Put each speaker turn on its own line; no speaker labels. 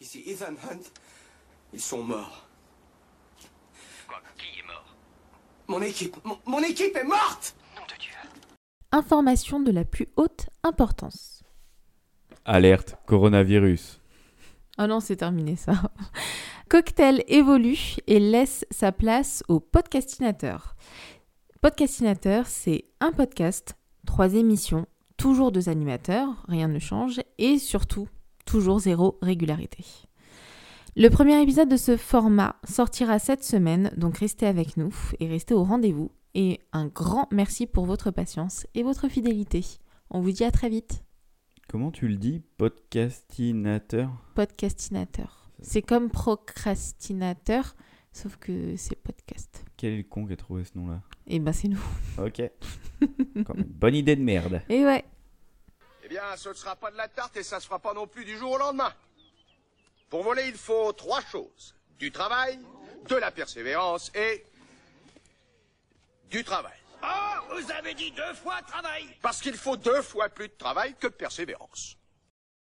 Ici Ethan Hunt, ils sont morts.
Quoi Qui est mort
Mon équipe, mon, mon équipe est morte
Nom de Dieu.
Information de la plus haute importance.
Alerte, coronavirus.
Ah non, c'est terminé ça. Cocktail évolue et laisse sa place au podcastinateur. Podcastinateur, c'est un podcast, trois émissions, toujours deux animateurs, rien ne change et surtout, toujours zéro régularité. Le premier épisode de ce format sortira cette semaine, donc restez avec nous et restez au rendez-vous. Et un grand merci pour votre patience et votre fidélité. On vous dit à très vite,
Comment tu le dis Podcastinateur
podcastinateur. C'est comme procrastinateur, sauf que c'est podcast.
Quel est le con qui a trouvé ce nom-là
Et ben c'est nous.
Ok. Quand même, bonne idée de merde.
Et ouais.
Eh bien, ce ne sera pas de la tarte et ça ne se fera pas non plus du jour au lendemain. Pour voler, il faut trois choses. Du travail, de la persévérance et du travail.
Oh, Ah, vous avez dit deux fois travail
Parce qu'il faut deux fois plus de travail que de persévérance.